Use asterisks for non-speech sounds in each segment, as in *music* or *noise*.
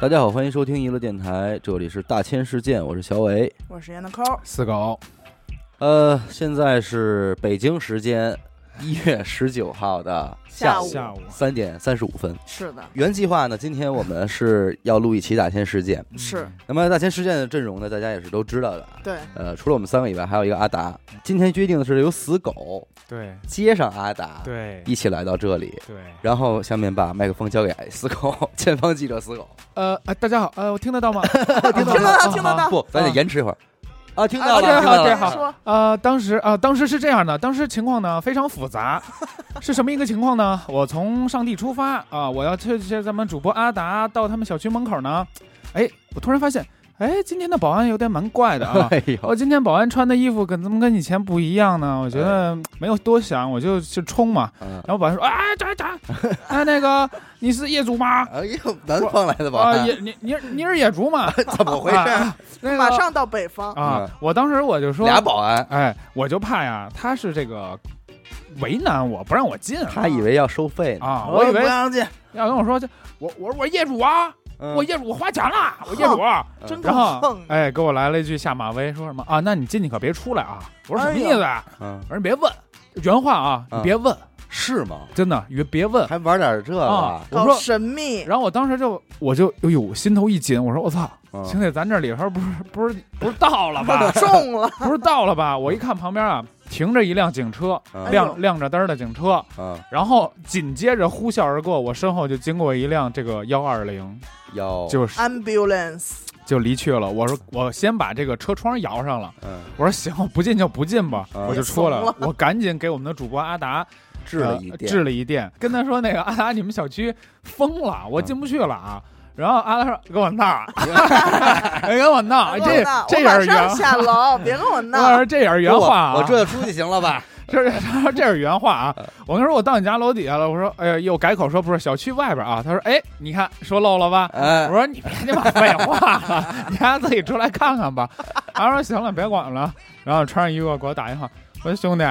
大家好，欢迎收听娱乐电台，这里是大千世界，我是小伟。我是闫德抠，四哦狗，呃，现在是北京时间一月十九号的下午下午三点三十五分。是的，原计划呢，今天我们是要录一期大千世嗯界。是那么大千世界的阵容呢，大家也是都知道的。对，呃，除了我们三个以外，还有一个阿达。今天约定的是由死狗对接上阿达，对一起来到这里。对，然后下面把麦克风交给死狗，前方记者死狗。呃呃，大家好，呃，我听得 *laughs* 到吗？啊听听得到听得到不，咱得延迟一会儿。啊，听到了，啊对听到好对了。。好说呃，当时啊、呃当时是这样的，当时情况呢非常复杂，是什么一个情况呢？我从上地出发啊、我要去去咱们主播阿达到他们小区门口呢，哎，我突然发现，哎，今天的保安有点蛮怪的 *laughs* 啊哎呦我，今天保安穿的衣服跟怎么跟以前不一样呢？我觉得哎没有多想，我就去冲嘛。嗯然后保安说：“啊，这 *laughs* 这，哎，那个你是业主吗？哎呦，南方来的保啊，安，业你你你是业主吗？ *laughs* 怎 *laughs* 么回事？啊那个马上到北方，啊嗯！我当时我就说，俩保安，哎，我就怕呀，他是这个为难我，不让我进他以为要收费呢。啊！我以为不让进，要跟我说，这我我说我业主啊，嗯我业主我花钱了，我业主。嗯真够呃然后横，哎，给我来了一句下马威，说什么啊？那你进去可别出来啊！我说什哎么呀意思啊？嗯，我说你别问，原话啊，嗯你别问，是吗？真的别别问还玩点这啊个！？搞我说，神秘，然后我当时就我就哎呦心头一紧，我说我操，嗯兄弟，咱这里头不是不是不是到 *laughs* 了吧？中了， *laughs* 不是到了吧？ *laughs* 我一看旁边啊，停着一辆警车，嗯哎呦亮亮着灯儿的警车，嗯，然后紧接着呼啸而过，我身后就经过一辆这个幺二零，要就 ambulance，就离去了。我说我先把这个车窗摇上了，嗯我说行，我不进就不进吧，嗯我就出来也怂了。我赶紧给我们的主播阿达治了一呃遍，治了一电，跟他说那个阿达，你们小区封了，我进不去了啊。然后阿达说：“跟我闹，跟我闹，别啊跟我闹这这我也马是原上，下 *laughs* 楼，别跟我闹我，这也是原我话啊。我这就出去行了 *laughs* 吧？这是他说这是原话啊！我跟他说我到你家楼底下了，我说哎呀，又改口说不是小区外边啊。他说哎，你看说漏了吧？我哎，说你别他妈废话了，你还自己出来看看吧。他说行了，别管了，然后穿上衣服给我打电话，我说兄弟，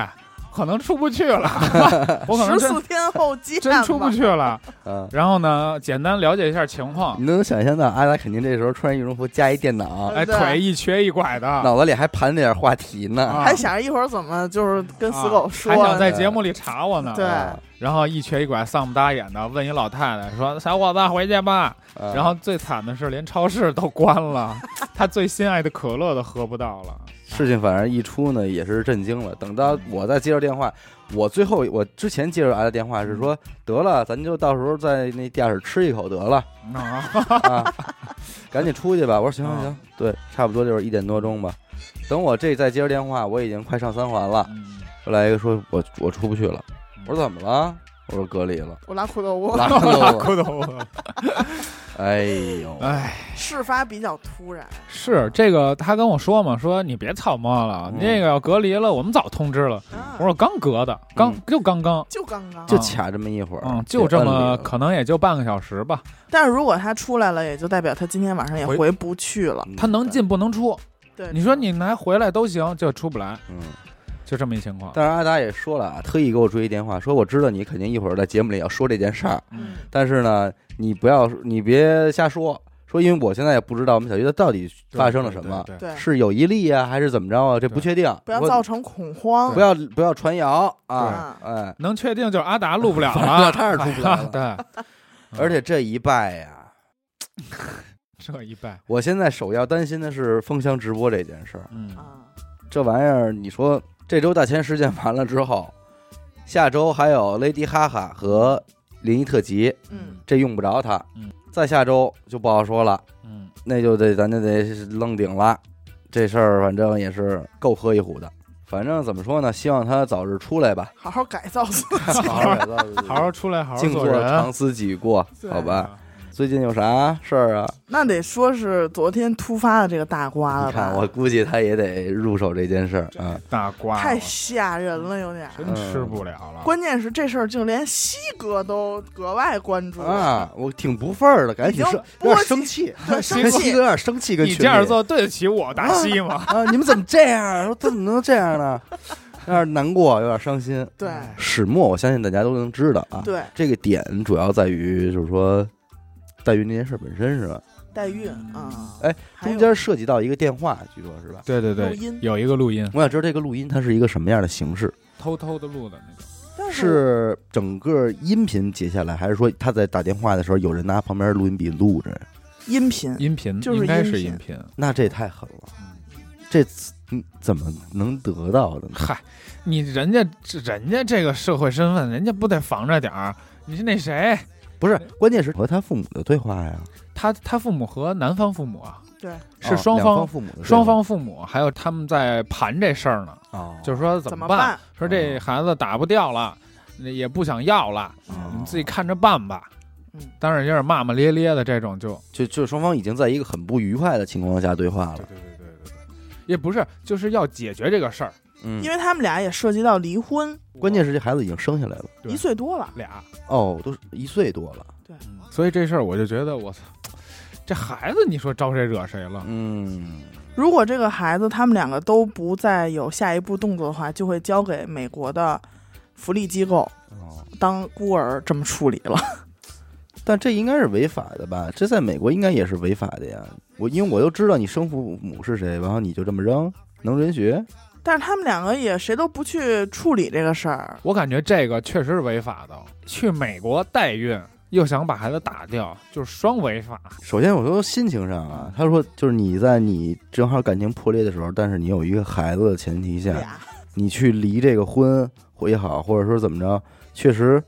可能出不去了， *laughs* 我可能十真四天后见真出不吧。去了。嗯，然后呢，简单了解一下情况，你都能想象到阿达肯定这时候穿羽绒服加一电脑，嗯哎，对腿一瘸一拐的。脑子里还盘着点话题呢。啊还想着一会儿怎么就是跟死狗说还，想在节目里查我呢，对啊然后一瘸一拐、丧不搭眼的问一老太太说：“小伙子，回去吧。”嗯然后最惨的是，连超市都关了， *laughs* 他最心爱的可乐都喝不到了。事情反正一出呢，也是震惊了。等到我再接到电话，我最后我之前接到阿达电话是说，嗯得了，咱就到时候在那地下室吃一口得了 *laughs* 啊，啊，赶紧出去吧。我说行行行啊，对，差不多就是一点多钟吧。等我这再接着电话，我已经快上三环嗯了。后来一个说我我出不去了，我说怎么了？我说隔离了，我拉裤兜，我 *laughs* 拉了我。裤头了。哎呦，哎，事发比较突然，是这个，他跟我说嘛，说你别草摸了，嗯你这个要隔离了，我们早通知了。啊嗯我说我刚隔的，刚嗯就刚刚，就刚刚，就卡这么一会儿，嗯，就这给摁么里了嗯可能也就半个小时吧。但是如果他出来了，也就代表他今天晚上也回回不去了。嗯他能进不能出，对，你说你来回来都行，就出不来，嗯。就这么一情况。但是阿达也说了啊，特意给我追一电话，说我知道你肯定一会儿在节目里要说这件事儿，嗯，但是呢，你不要你别瞎说，说因为我现在也不知道我们小区它到底对发生了什么，对，对对，是有一例啊，还是怎么着啊？这不确定，不要我造成恐慌不。要不要传谣啊！对哎，能确定就是阿达录不了那了，当然出 *laughs* 不来了对，而且这一拜呀，嗯这一拜，我现在首要担心的是封箱直播这件事儿，嗯，啊，这玩意儿，你说这周大千事件完了之后，下周还有 Lady 哈哈和林一特辑，嗯，这用不着它，嗯再下周就不好说了。嗯，那就得咱就得愣顶了。这事儿反正也是够喝一壶的。反正怎么说呢，希望他早日出来 *laughs* 吧，好好改造自 *laughs* 己。好好改造自己好好出来，好好静做坐人。常思己过，对好吧？啊，最近有啥事儿啊？那得说是昨天突发的这个大瓜你了吧看，？我估计他也得入手这件事儿啊。大瓜太吓人了，嗯有点儿。真吃不了了。关键是这事儿，就连西哥都格外关注，啊，我挺不忿儿的，赶紧已经生，有波点及生气，对跟生西气哥有点生气，跟你群这样里做对得起我大西 *laughs* 吗？啊，你们怎么这样？说他怎么能这样呢？有点难过，有点伤心。对始末，我相信大家都能知道啊。对，这个点主要在于，就是说，在于那件事本身是吧？代孕啊，哎，还有中间涉及到一个电话，据说是吧？对对录对音，有一个录音，我想知道这个录音它是一个什么样的形式？偷偷的录的那种。但是是整个音频截下来，还是说他在打电话的时候有人拿旁边录音笔录着？音频音频就是应该音是频音频。那这也太狠了，这嗯怎么能得到的呢？嗨，你人家人家这个社会身份，人家不得防着点儿？你是那谁？不是，关键是和他父母的对话呀，他他父母和男方父母啊，对是哦双两方,、方父母的对话双方父母，还有他们在盘这事儿呢，哦，就是说怎怎么办？办？说这孩子打不掉了，那也不想要了，哦你们自己看着办吧嗯。当然有点骂骂咧咧的这种就，就就双方已经在一个很不愉快的情况下对话了，对对对对对，也不是，就是要解决这个事儿。嗯因，为他们俩也涉及到离婚，关键是这孩子已经生下来了，对一岁多了，俩，嗯哦，都一岁多了，所以这事儿我就觉得我操，这孩子你说招谁惹谁了？嗯，如果这个孩子他们两个都不再有下一步动作的话，就会交给美国的福利机构哦，当孤儿这么处理了。但这应该是违法的吧？这在美国应该也是违法的呀。我因为我都知道你生父母是谁，然后你就这么扔，能允许？但是他们两个也谁都不去处理这个事儿，我感觉这个确实是违法的，去美国代孕又想把孩子打掉，就是双违法。首先，我说心情上嗯啊，他说就是你在你正好感情破裂的时候，但是你有一个孩子的前提下，俩你去离这个婚或也好，或者说怎么着，确实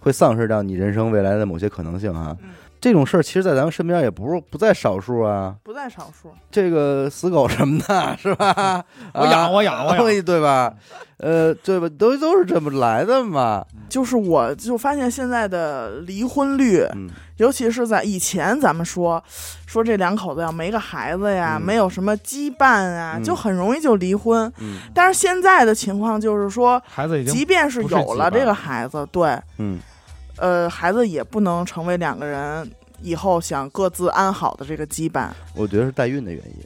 会丧失掉你人生未来的某些可能性啊嗯。这种事儿，其实，在咱们身边也不是不在少数啊。不在少数。这个死狗什么的，是吧？嗯我养，我养，我啊，*laughs* 养。对吧？呃，对吧？都都是这么来的嘛。就是我就发现现在的离婚率，嗯，尤其是在以前，咱们说说这两口子要没个孩子呀，嗯没有什么羁绊啊，嗯就很容易就离婚。嗯但是现在的情况就是说，孩子已即经便是不是有了羁绊这个孩子，对，嗯，呃，孩子也不能成为两个人以后想各自安好的这个羁绊。我觉得是代孕的原因。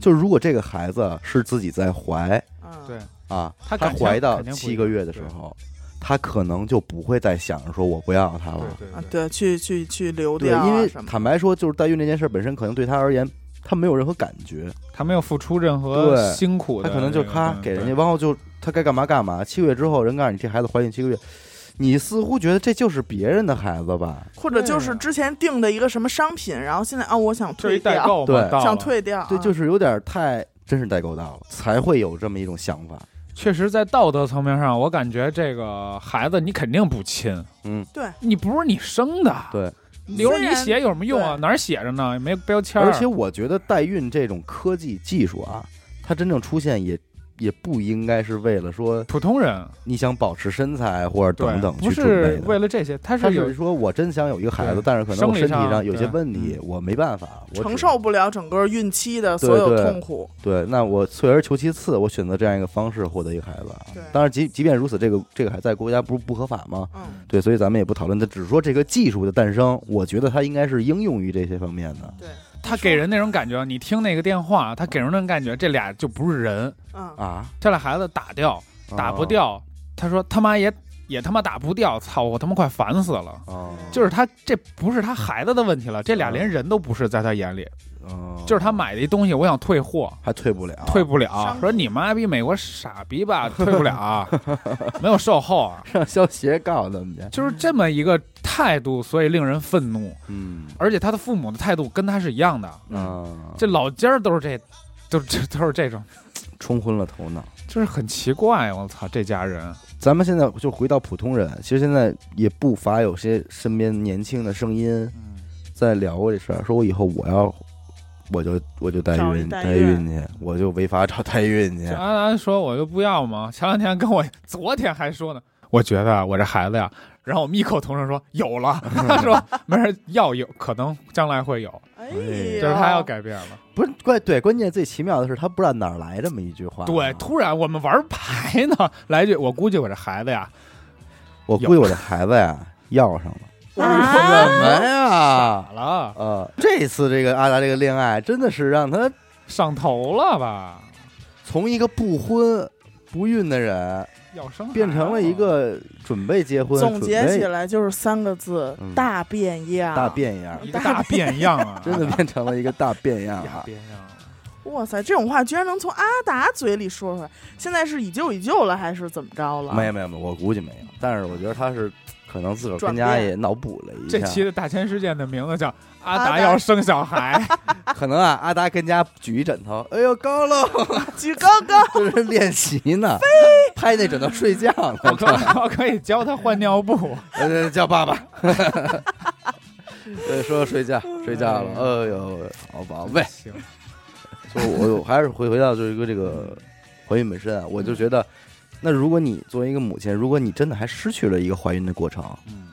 就是如果这个孩子是自己在怀嗯，嗯对，啊，他她感情怀到肯定不一七样个月的时候，她可能就不会再想着说我不要他了。对啊，对，去去去流对，掉因啊为什么的。坦白说，就是代孕这件事本身，可能对她而言，她没有任何感觉，他没有付出任何对辛苦她的，嗯可能就咔给人家，然后就她该干嘛干嘛。七个月之后，人告诉你这孩子怀孕七个月，你似乎觉得这就是别人的孩子吧？或者就对是啊之前定的一个什么商品，然后现在啊，我想就是退一代 *laughs* 掉，购对嘛，到想了。退掉啊，对，就是有点太真是代沟到了，才会有这么一种想法。确实，在道德层面上，我感觉这个孩子你肯定不亲，嗯，对，你不是你生的，对留着你虽血有什么用啊？对哪儿写着呢？也没有标签儿。而且我觉得代孕这种科技技术啊，它真正出现也也不应该是为了说普通人你想保持身材或者对等等不去准备是为的。了这些，他他是有是说我真想有一个孩子对，但是可能我生理身体上上有些对问题，我没办法，我只承受。不了整个孕期的所有对对痛苦。对，那我退而求其次，我选择这样一个方式获得一个孩子啊对。当然即，即便如此，这个这个还在国家不是不合法吗？嗯，对，所以咱们也不讨论，它只是说这个技术的诞生，我觉得它应该是应用于这些方面的对，他给人那种感觉，你听那个电话，他给人那种感觉，这俩就不是人，嗯，啊，这俩孩子打掉哦打不掉，他说他妈也也他妈打不掉，操我他妈快烦死了。哦，就是是他这不是他孩子的问题了，这俩连人都不是，在他眼里，就是他买的一东西，我想退货。哦还退不了，退不了商，说你妈逼美国傻逼吧，退不了， *laughs* 没有售后啊，让消协告他们去。就是这么一个态度，所以令人愤怒。嗯而且他的父母的态度跟他是一样的，啊，这老尖儿都是这，都这都是这种，冲昏了头脑。就是很奇怪。我操，这家人咱们现在就回到普通人，其实现在也不乏有些身边年轻的声音嗯在聊过这事儿，说我以后我要，我就我就代找孕一代代孕孕去，我就违法找代孕去这。安安说我就不要嘛，前两天跟我昨天还说呢，我觉得啊我这孩子呀，然后我们异口同声说有了，他说没事要有，可能将来会有，哎就是就是他要，改变了。不是关对，关键最奇妙的是他不知道哪儿来这么一句话。对，突然我们玩牌呢，来一句我估计我这孩子呀，我估计我这孩子呀要上了。怎啊么呀咋？了？呃，这次这个阿达这个恋爱真的是让他上头了吧？从一个不婚不孕的人，要生孩子变成了一个准备结婚，总结准备起来就是三个字：嗯大变样。大。变样，一个大变样啊， *laughs* 真的变成了一个大变 *laughs* 样啊！呀变样了。哇塞，这种话居然能从阿达嘴里说出来，现在是以旧以旧了，还是怎么着了？没有没有没有，我估计没有，但是我觉得他是可能自个儿转跟家变也脑补了一这期下，的大千世界的名字叫《阿阿达达要生 *laughs* 小孩》，可能啊，阿达跟家举一枕头，哎呦高喽， *laughs* 举高高。就是练习呢，拍那枕头睡觉 *laughs* 我呢，可 *laughs* 我可以教他换尿布。呃叫爸 *laughs* 爸。呃，说睡觉，睡觉了。哎呦，好宝贝，行，就我我还是回回到就是一个这个怀孕本身啊，我就觉得，那如果你作为一个母亲，如果你真的还失去了一个怀孕的过程，嗯，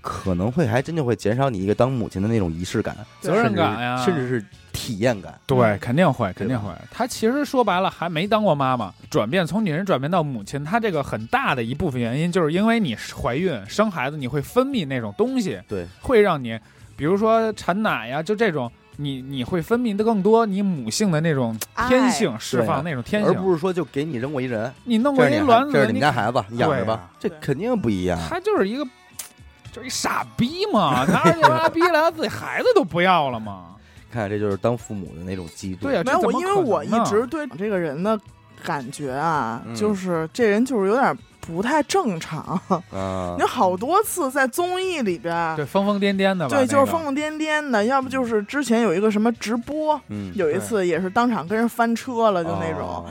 可能会还真就会减少你一个当母亲的那种仪式感、责任感呀，甚至是体验感。嗯对，肯定会，肯对吧定会。她其实说白了，还没当过妈妈，转变从女人转变到母亲，她这个很大的一部分原因，就是因为你怀孕生孩子，你会分泌那种东西，对，会让你，比如说产奶呀，就这种，你你会分泌的更多，你母性的那种爱天性释放那种天而性，不是说就给你扔过一人，你弄这过是一你孩卵这是你子，们你家孩子，你养着吧，这对啊肯定不一样。他就是一个，就是一傻逼 *laughs* 嘛，拿着这拉逼来，自己孩子都不要了嘛。看，这就是当父母的那种激动。对呀、没这有怎我，么因可为我能一呢直对这个人的感觉啊，嗯就是这人就是有点不太正常。啊，你好多次在综艺里边儿，对疯疯癫癫的吧，对，就是疯那疯癫癫的，要不就是之前有一个什么直播，嗯，有一对次也是当场跟人翻车了，就那种，哦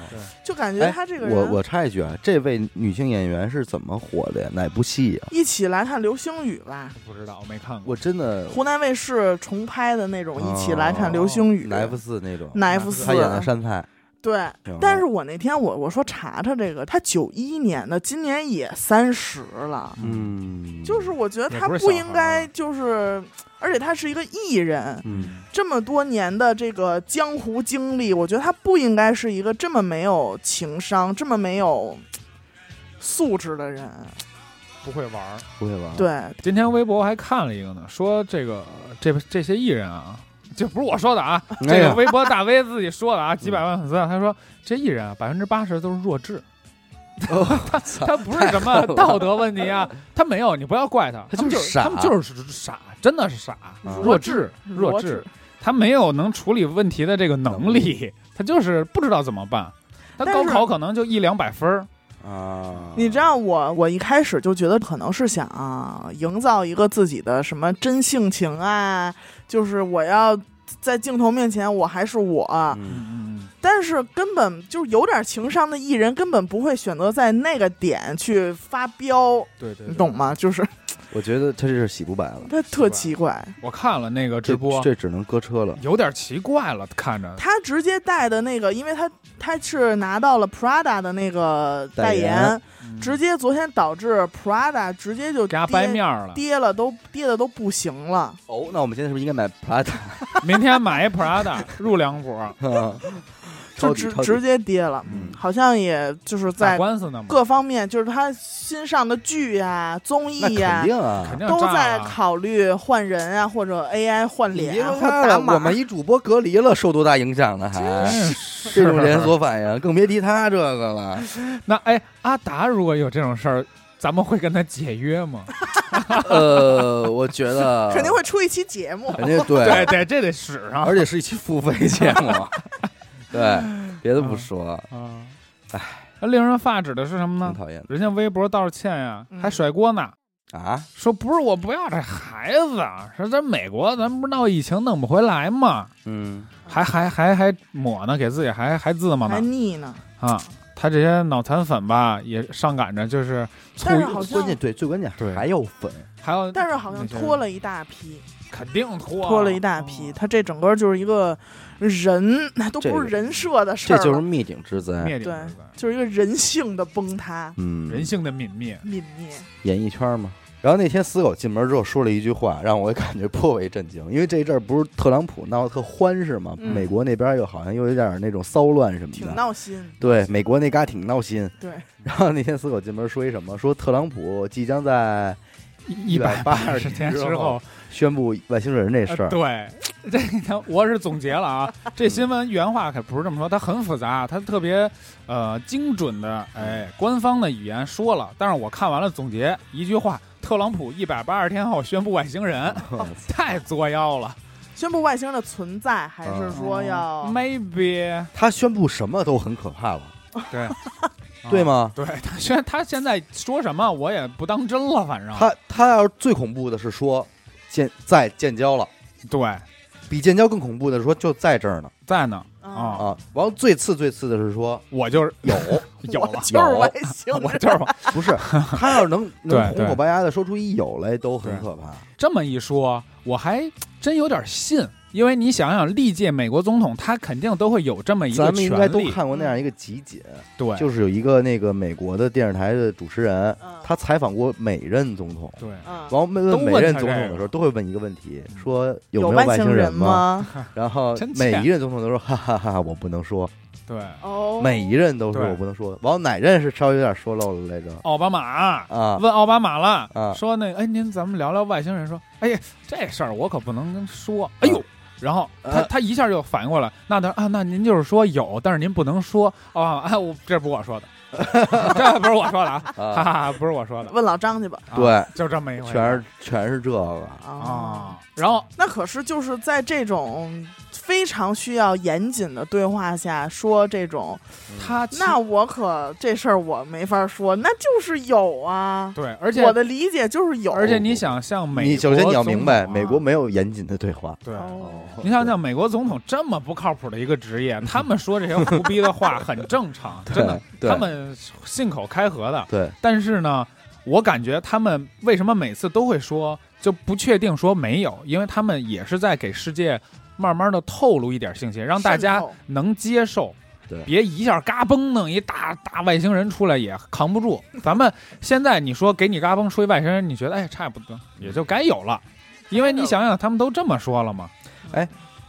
就感觉哎他这个我人我插一句啊，这位女性演员是怎么火的呀？哪部戏呀？一起来看流星雨吧，个不知道，我没看过。我真的湖南卫视重拍的那种，哦一起来看流星雨，来福寺那种，奈夫斯，她演的哦杉菜。对。挺好但是我那天我我说查查这个，他九一年的，今年也三十了，嗯，就是我觉得也他不是不小应孩该儿啊就是，而且他是一个艺人，嗯，这么多年的这个江湖经历，我觉得他不应该是一个这么没有情商、这么没有素质的人。啊不会玩儿。不会吧？，对，今天微博还看了一个呢，说这个这这些艺人啊，这不是我说的啊，哎这呀嗯个微博大 V 自己说的啊，几百万粉丝啊，他说这艺人啊，百分之八十都是弱智。哦 *laughs* 他他不是什么道德问题啊，他没有，你不要怪他，他他们就就是是他们傻就是傻，真的是傻，嗯弱智，弱弱智智，他没有能处理问题的这个能力，嗯他就是不知道怎么办。他但高是考可能就一两百分儿，啊，你知道我，我一开始就觉得可能是想、啊、营造一个自己的什么真性情啊，就是我要在镜头面前我还是我，嗯，嗯嗯但是根本就是有点情商的艺人根本不会选择在那个点去发飙，对对你懂？吗？就是我觉得他这是洗不白了，他特奇怪。我看了那个这直播，这只能搁车了。有点奇怪了，看嗯着他直接带的那个，因为他他是拿到了 Prada 的那个代言，代言嗯直接昨天导致 Prada 直接就给跌他掰面儿了。跌了都跌的都不行了。哦，那我们现在是不是应该买 Prada？ *laughs* 明天买一 Prada *laughs* 入两股，超就级直超级直接跌了，嗯好像也就是 *laughs* 打在官司呢嘛，各方面，就是他新上的剧呀、综那艺呀、肯定肯啊，定都炸在了考虑换人啊，或者 AI 换你脸别啊说或他打了，码。我们一主播隔离了，受多大影响呢？还真哎是哎这种连锁反应，更别提他这个了。 *laughs* 那哎，阿达如果有这种事儿，咱们会跟他解约吗？呃，我觉得 *laughs* 肯定，会出一期节目，肯定对对，对，这得使上哎 *laughs* 而且是一期付费节目。 *laughs* 对，别的不说，啊！那令人发指的是什么哎挺呢？讨厌的人家微博道歉呀，嗯还甩锅呢，啊。说不是我不要这孩子，啊说在美国咱不是闹疫情弄不回来嘛，嗯，还还还还抹呢，给自己还还自嘛还呢腻呢。啊！他这些脑残粉吧，也上赶着就是但是醋好像关键对，最关键对还要粉，还有，但是好像那些拖了一大批。肯定拖拖了一大批，啊他这整个就是一个人，那都这不个是人设的事这儿就是了，灭顶之灾。灭顶对之灾就是一个人性的崩塌、嗯，人性的泯灭。泯灭。演艺圈嘛。然后那天死狗进门之后说了一句话， *laughs* 让我感觉颇为震惊，因为这一阵儿不是特朗普闹得特欢是吗？嗯美国那边又好像又有点儿那种骚乱什么挺的，闹心。对，美国那嘎挺闹心。对， *laughs* 然后那天死狗进门说一什么？说特朗普即将在嗯一180十天之之后后，宣布外星人这事呃儿，对， *laughs* 这个我是总结了 *laughs* 啊，这新闻原话可不是这么说，它很复杂，啊它特别呃精准的，哎，官方的语言说了，但是我看完了总结一句话：特朗普一百八十天后宣布外星 *laughs* 人，太作妖了。嗯宣布外星人的存在，还嗯是哦说要、 maybe 他宣布什么都很可怕了，对啊对？吗？ *laughs* 对他现他现在说什么我也不当真了，反正他他要是最恐怖的是说建在建交了，对比建交更恐怖的是说就在这儿呢在呢啊啊，啊！完了最次最次的是说我就是有，有啊我就了，是 *laughs* 外星我人，就是不是他要是能对能对红口白牙的说出一有来都很对可怕。这么一说，我还真有点信，因为你想想，历届美国总统他肯定都会有这么一个咱们应该权都利，看过那样一个集锦，对，就是有一个那个美国的电视台的主持人，嗯他采访过每任总统，对，嗯，然后问都问每他任这总统的个时候，都会问一个问题，说有有没有外星人吗？吗？然后真每欠一任总统都说哈哈哈哈，我不能说，对，哦，每一任都说对我不能说，完了哪任是稍微有点说漏了来着奥巴马。啊？问奥巴马了，啊说那哎，您咱们聊聊外星人。说，哎呀，这事儿我可不能跟说。哎呦，然后他啊他一下就反应过来，那他啊，那您就是说有，但是您不能说啊。哎，我这不是 *laughs* 我说的，这不是我说的啊，哈啊，哈哈，不是我说的。问老张去吧。啊对，就这么一回事全是全是这个，啊啊。然后那可是就是在这种非常需要严谨的对话下说这种，他嗯其那我可这事儿我没法说，那就是有啊。对，而且我的理解就是有，而且你想，像美国你首先你要总明白，统啊美国没有严谨的对话。对。哦你想想，美国总统这么不靠谱的一个职业，他们说这些胡逼的话很 *laughs* 正常，真的，对他们信口开河的。对，但是呢，我感觉他们为什么每次都会说就不确定说没有，因为他们也是在给世界慢慢的透露一点信息，让大家渗透能接受。对别一下嘎嘣弄一大大外星人出来也扛不住。咱们现在你说给你嘎嘣说一外星人，你觉得哎差不多也就该有了，因为你想想他们都这么说了嘛。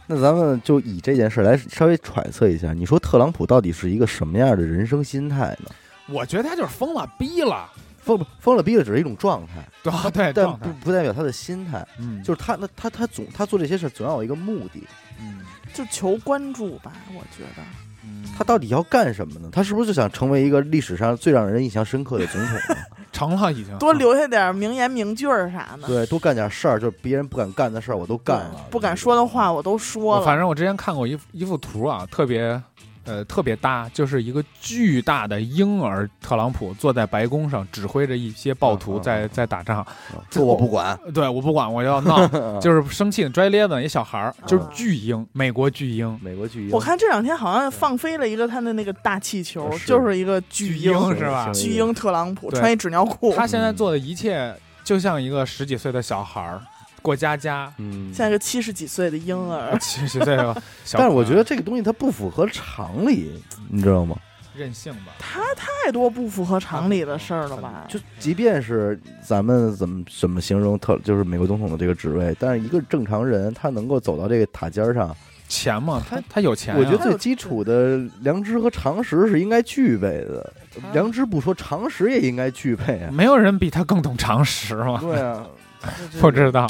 那咱们就以这件事来稍微揣测一下，你说特朗普到底是一个什么样的人生心态呢？我觉得他就是疯了逼了，疯不疯了逼了只是一种状哎态，对吧但对，状态不不代表他的心态。嗯就是他那他他总他做这些事总要有一个目的，嗯就求关注吧，我觉得。嗯他到底要干什么呢？他是不是就想成为一个历史上最让人印象深刻的总统呢？成了已经多留下点名言名句儿啥的。对，多干点事儿，就是别人不敢干的事儿，我都干了。不敢说的话我都说我了。反正我之前看过一幅一幅图啊，特别呃特别搭，就是一个巨大的婴儿特朗普坐在白宫上，指挥着一些暴徒嗯嗯在在打仗。啊，说我不管。对，我不管，我要闹， *laughs* 就是生气的拽咧子一小孩儿，就是嗯巨婴，美国巨婴，美国巨婴，我看这两天好像放飞了一个他的那个大气球，是哦就是一个巨巨婴婴，是吧巨婴特朗普对穿一纸尿嗯裤，他现在做的一切就像一个十几岁的小孩儿过 *laughs* 家家，嗯，像一个七十几岁的婴儿。七十岁的小但孩儿，是我觉得这个东西它不符合常理，你知道吗？任性吧，他太多不符合常理的事儿了吧？就即便是咱们怎么怎么形容特就是美国总统的这个职位，但是一个正常人他能够走到这个塔尖儿上，钱嘛，他他他有哎钱呀，我啊觉得他有最基础的良知和常识是应该具备的他，良知不说，常识也应该具备啊。没有人比他更懂常识 *laughs* 嘛，对啊，不知道，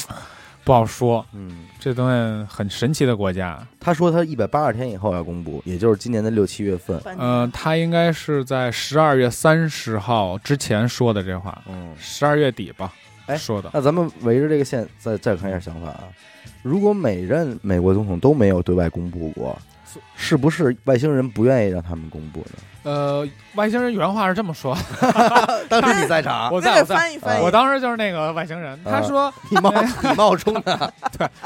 不好说，嗯，这东西很神奇的国家，他说他一百八十天以后要公布，也就是今年的六七月份。半年呃，他应该是在十二月三十号之前说的这话，嗯，十二月底吧哎说的，那咱们围着这个线再再看一下想法啊。如果每任美国总统都没有对外公布过是，是不是外星人不愿意让他们公布呢？呃，外星人原话是这么说，当时你在场， *laughs* 我那在得我在。翻译翻啊译我。当时就是那个外星人，他说，你冒 *laughs* 你冒充的，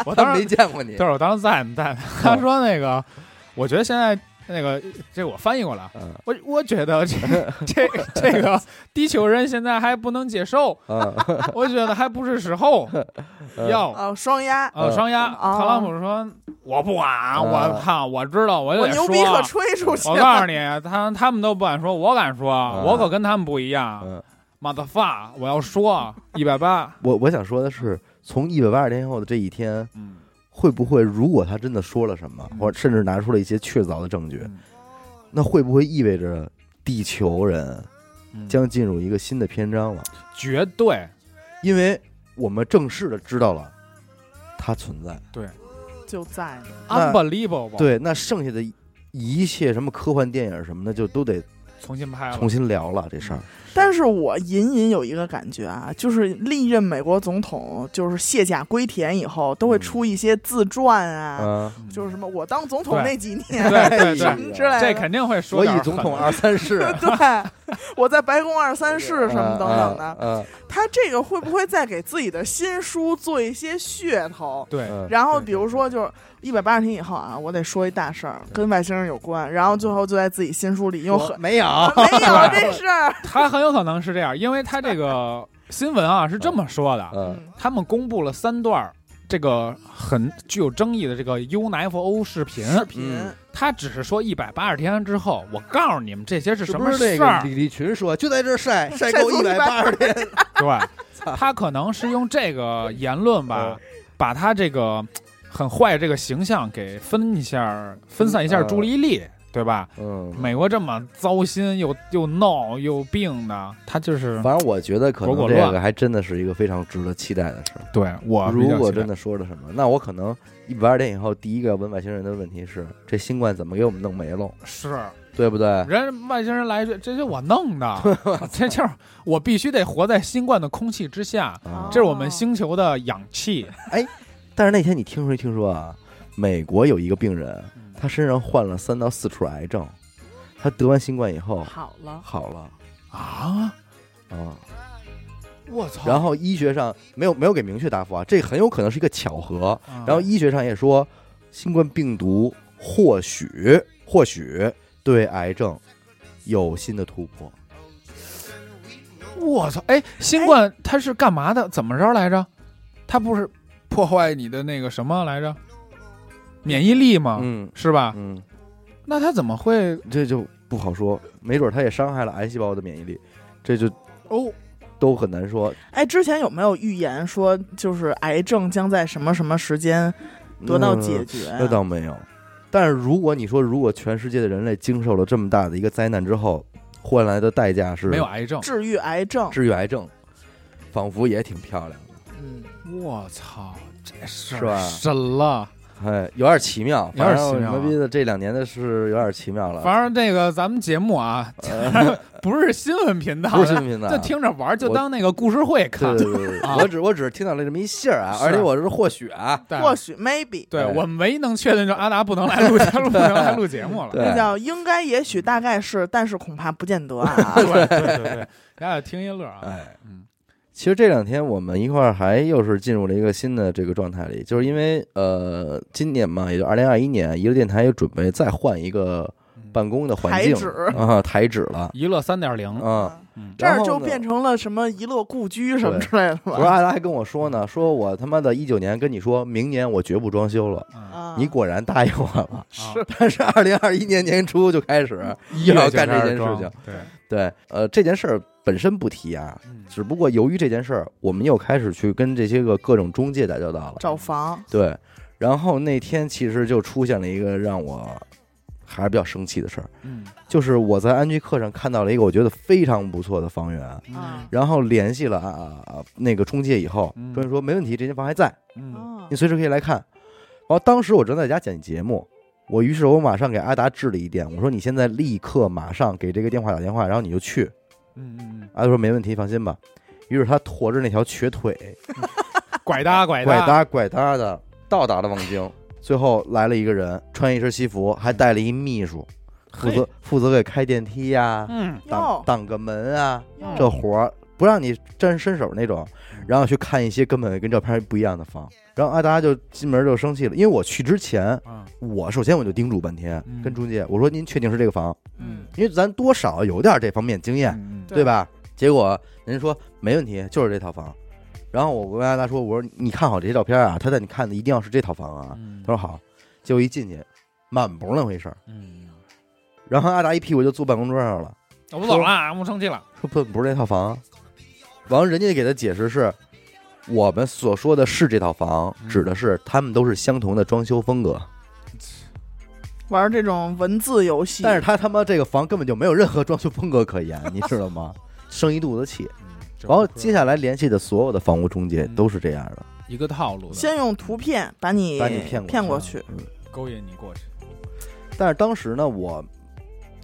我他当们时没见过你就。是我当时在在， *laughs* 他说那个，我觉得现在那个这我翻译过来啊，嗯我我觉得这这这个地球人现在还不能接受，嗯，我觉得还不是时候要哦，双鸭，嗯呃，双鸭，哦特朗普说：“我不管，啊我看我知道，我就我得说。牛逼可吹出去。我告诉你，他他们都不敢说，我敢说，我可跟他们不一嗯样。马的发，我 *laughs* 要说一百八。我我想说的是，从一百八十天后的这一天，嗯，会不会如果他真的说了什么嗯，或者甚至拿出了一些确凿的证据，嗯那会不会意味着地球人嗯将进入一个新的篇章了？绝对因为我们正式的知道了它存在。对，就在呢。那 unbelievable，，对，那剩下的一一切什么科幻电影什么的，就都得重新拍了，重新聊了这事儿。但是我隐隐有一个感觉啊，就是历任美国总统就是卸甲归田以后，都会出一些自传啊，嗯，嗯就是什么我当总统对那几年对 *laughs* 对什对，么之类的，这肯定会所说点以狠的。总统二三 *laughs* 世 *laughs* 对，我在白宫二三室什么等等的，嗯，他这个会不会再给自己的新书做一些噱头？对，嗯然后对比如说就是一百八十天以后啊，我得说一大事儿，跟外星人有关，然后最后就在自己新书里又我很 *laughs* 没有，嗯没有这事儿，他很有可能是这样，因为他这个新闻啊是这么说的， *laughs* 嗯他们公布了三段儿这个很具有争议的这个 UFO 视频，视频嗯他只是说一百八十天之后，我告诉你们这些是什是么不是那事个儿， *laughs* 李立群说就在这儿 *laughs* 晒晒晒够足一百八十天？对， *laughs* 他可能是用这个言论吧，把他这个很坏的这个形象给分一下，分散一下注意呃力，对吧？嗯，美国这么糟心又又闹又病的，他就是反正我觉得可果能果这乱个还真的是一个非常值得期待的事儿。对我比较如果期待真的说了什么，那我可能一百八十天以后，第一个问外星人的问题是：这新冠怎么给我们弄没了？是对不对？人外星人来一句，这是我 *laughs* 弄的， *laughs* 这就是我必须得活在新冠的空气之下，啊这是我们星球的氧气。但是那天你听说没听说啊？美国有一个病人，他身上患了三到四处癌症，他得完新冠以后好了，好了啊！啊。我操！然后医学上没有没有给明确答复啊，这很有可能是一个巧合。啊，然后医学上也说，新冠病毒或许或许对癌症有新的突破。我操！哎，新冠它是干嘛的？怎么着来着？它不是破坏你的那个什么来着？免疫力啊吗？嗯是吧？嗯，那它怎么会？这就不好说，没准他也伤害了癌细胞的免疫力，这就哦，都很难说。哎，之前有没有预言说就是癌症将在什么什么时间得到解嗯决？那倒没有。但是如果你说，如果全世界的人类经受了这么大的一个灾难之后，换来的代价是没有癌症。治愈癌症，治愈癌症，仿佛也挺漂亮的，嗯，我操！这事是吧儿深了。哎，有点奇妙，有点反正奇妙啊我他妈逼的这两年的是有点奇妙了，反正这个咱们节目啊，不是新闻频道，不是新频道，就听着玩儿，就我当那个故事会对看。对对对对，啊我只我只是听到了这么一信儿啊，是而且我是或许啊，对或许 maybe 对对我们唯一能确定就是阿达不能来录节目，不能来录节目了。对那叫应该、也许、大概是，但是恐怕不见 *laughs* 得啊。对对对对，大家听一乐啊。哎，嗯其实这两天我们一块儿还又是进入了一个新的这个状态里，就是因为呃，今年嘛，也就二零二一年，一个电台又准备再换一个嗯办公的环境台址啊，台址了一乐三点零，啊。嗯这儿然后就呢变成了什么一乐故居什对么啊之类的昨吧？儿阿达还跟我说呢，说我他妈的一九年跟你说明年我绝不装修了，啊，啊，你果然答应我了。是 *laughs* 但是二零二一年年初就开始又要干这件事情，。对，对，呃，这件事儿本身不提啊，嗯只不过由于这件事儿，我们又开始去跟这些个各种中介打交道了。找房，对，然后那天其实就出现了一个让我还是比较生气的事儿，嗯就是我在安居课上看到了一个我觉得非常不错的房源，啊然后联系了啊啊那个中介以后嗯，中介说没问题，这间房还在，嗯啊你随时可以来看。然后当时我正在家剪节目。我于是我马上给阿达致了一电，我说你现在立刻马上给这个电话打电话，然后你就去。嗯嗯，阿达说没问题，放心吧。于是他驮着那条瘸腿，拐搭拐拐搭，搭拐搭的到达了望京。最后来了一个人，穿一身西服，还带了一秘书，负责负责给开电梯呀、嗯挡哟挡个门啊，哟这活儿不让你沾伸手那种。嗯然后去看一些根本跟照片不一样的房。然后阿达就进门就生气了，因为我去之前，啊我首先我就叮嘱半天嗯，跟中介我说您确定是这个房？嗯因为咱多少有点这方面经验，嗯对对吧？结果人家说没问题，就是这套房。然后我跟阿达说，我说你看好这些照片啊，他带你看的一定要是这套房啊。嗯他说好，结果一进去，满不是那回事儿。嗯，然后阿达一屁股就坐办公桌上了，我不走了，我不生气了。说不不是这套房啊。完了，人家给他解释是，我们所说的是这套房，嗯指的是他们都是相同的装修风格，玩这种文字游戏，但是他他妈这个房根本就没有任何装修风格可言，你知道 *laughs* 嗯吗？生一肚子气。然后接下来联系的所有的房屋中介都是这样的，一个套路的，先用图片把你把你骗过骗过去去，嗯勾引你过去。但是当时呢，我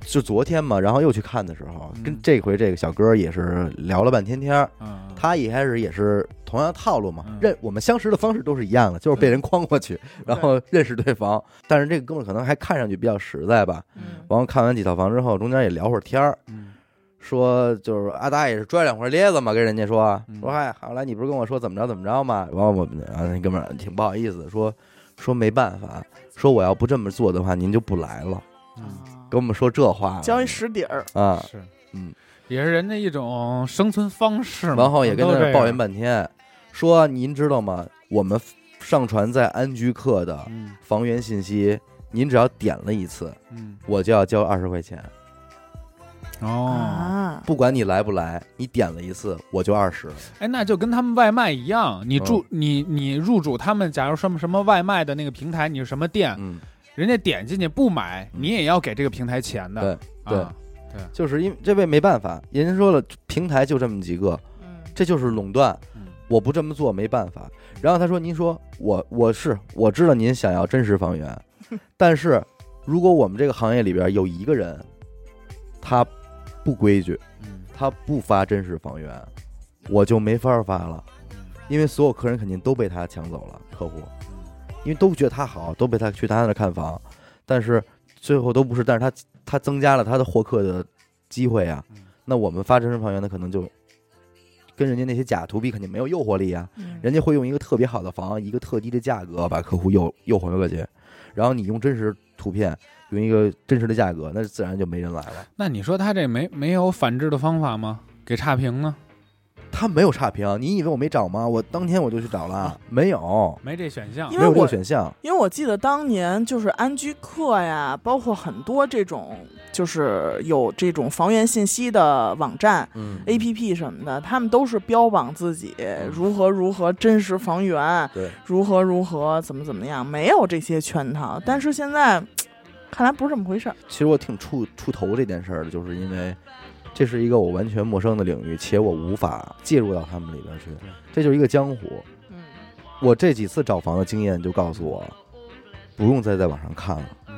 就昨天嘛，然后又去看的时候，嗯跟这回这个小哥也是聊了半天天儿。嗯，他一开始也是同样套路嘛嗯，认我们相识的方式都是一样的，就是被人诓过去，然后认识对方。但是这个哥们儿可能还看上去比较实在吧。嗯完后看完几套房之后，中间也聊会儿天儿，嗯说就是阿达也是拽两块咧子嘛，跟人家说嗯说嗨，后来你不是跟我说怎么着怎么着嘛？完我们然后那哥们儿挺不好意思的说说没办法，说我要不这么做的话，您就不来了。嗯，跟我们说这话了交一实底儿，啊，是，嗯，也是人家一种生存方式嘛。然后也跟都这那样抱怨，半天，说您知道吗？我们上传在安居客的嗯房源信息，您只要点了一次，嗯，我就要交二十块钱，哦，啊，不管你来不来，你点了一次我就二十。哎，那就跟他们外卖一样，你嗯住你你入主他们，假如什么什么外卖的那个平台，你是什么店，嗯，人家点进去不买，嗯你也要给这个平台钱的。对啊就是因为这位没办法，人家说了平台就这么几个，嗯这就是垄断，嗯我不这么做没办法。然后他说：“您说我我是我知道您想要真实房 *laughs* 源，但是如果我们这个行业里边有一个人，他不规矩，嗯他不发真实房源，我就没法发了，嗯因为所有客人肯定都被他抢走了，客户，因为都觉得他好，都被他去他那儿看房，但是最后都不是，但是他他增加了他的获客的机会啊嗯，那我们发真实房源的可能就跟人家那些假图比肯定没有诱惑力啊，嗯人家会用一个特别好的房，一个特低的价格把客户诱诱惑过去，然后你用真实图片，用一个真实的价格，那自然就没人来了。那你说他这没没有反制的方法吗？给差评呢？他没有差评，你以为我没找吗？我当天我就去找了，啊没有，没这选项因没为有这我个选项。因为我记得当年就是安居客呀，包括很多这种就是有这种房源信息的网站、嗯 APP 什么的，他们都是标榜自己如何如何真实房源，对，如何如何怎么怎么样，没有这些圈套。但是现在看来不是这么回事儿。其实我挺出出头这件事儿的，就是因为这是一个我完全陌生的领域，且我无法介入到他们里边去对，这就是一个江湖。嗯，我这几次找房的经验就告诉我，不用再在网上看了。嗯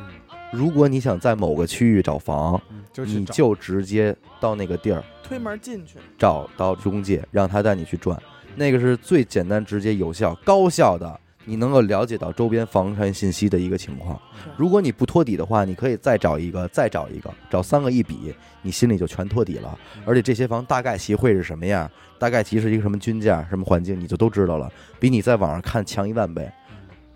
如果你想在某个区域找房，嗯，就去你找就直接到那个地儿推门进去，找到中介，让他带你去转，那个是最简单、直接、有效、高效的，你能够了解到周边房产信息的一个情况。如果你不托底的话，你可以再找一个，再找一个，找三个一比，你心里就全托底了嗯。而且这些房大概其会是什么样，大概其是一个什么均价、什么环境，你就都知道了，比你在网上看强一万倍。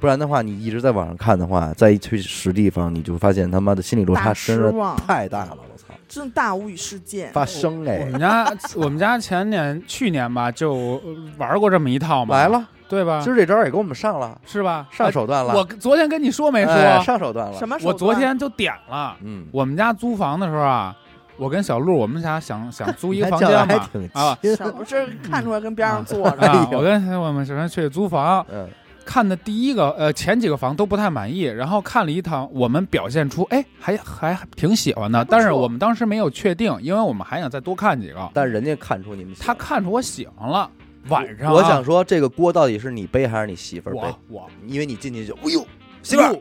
不然的话，你一直在网上看的话，再一去实地方，你就发现他妈的心理落大差真失的望，太大了，我操，真大无语事件。发生我哎们，家 *laughs* 我们家前年去年吧，就呃玩过这么一套嘛，来，了，对嗯吧？今儿这招也给我们上了，是吧？上手段哎了，我昨天跟你说没说？哎上手段了什，么手我段？昨天就点了。嗯，我们家租房的时候啊，我跟小鹿，我们俩想想租一你个还房叫的间还嘛，挺啊亲嗯小不是看出来跟边上坐 *laughs* 着，哎啊，呦我跟我们首先去租房，嗯看的第一个呃前几个房都不太满意，然后看了一趟，我们表现出哎还还还挺喜欢的，不错但是我们当时没有确定，因为我们还想再多看几个。但是人家看出你们喜他欢看出我喜欢了，晚上啊、我想说，这个锅到底是你背还是你媳妇儿背我？我因为你进去就，哎呦，媳妇儿哟，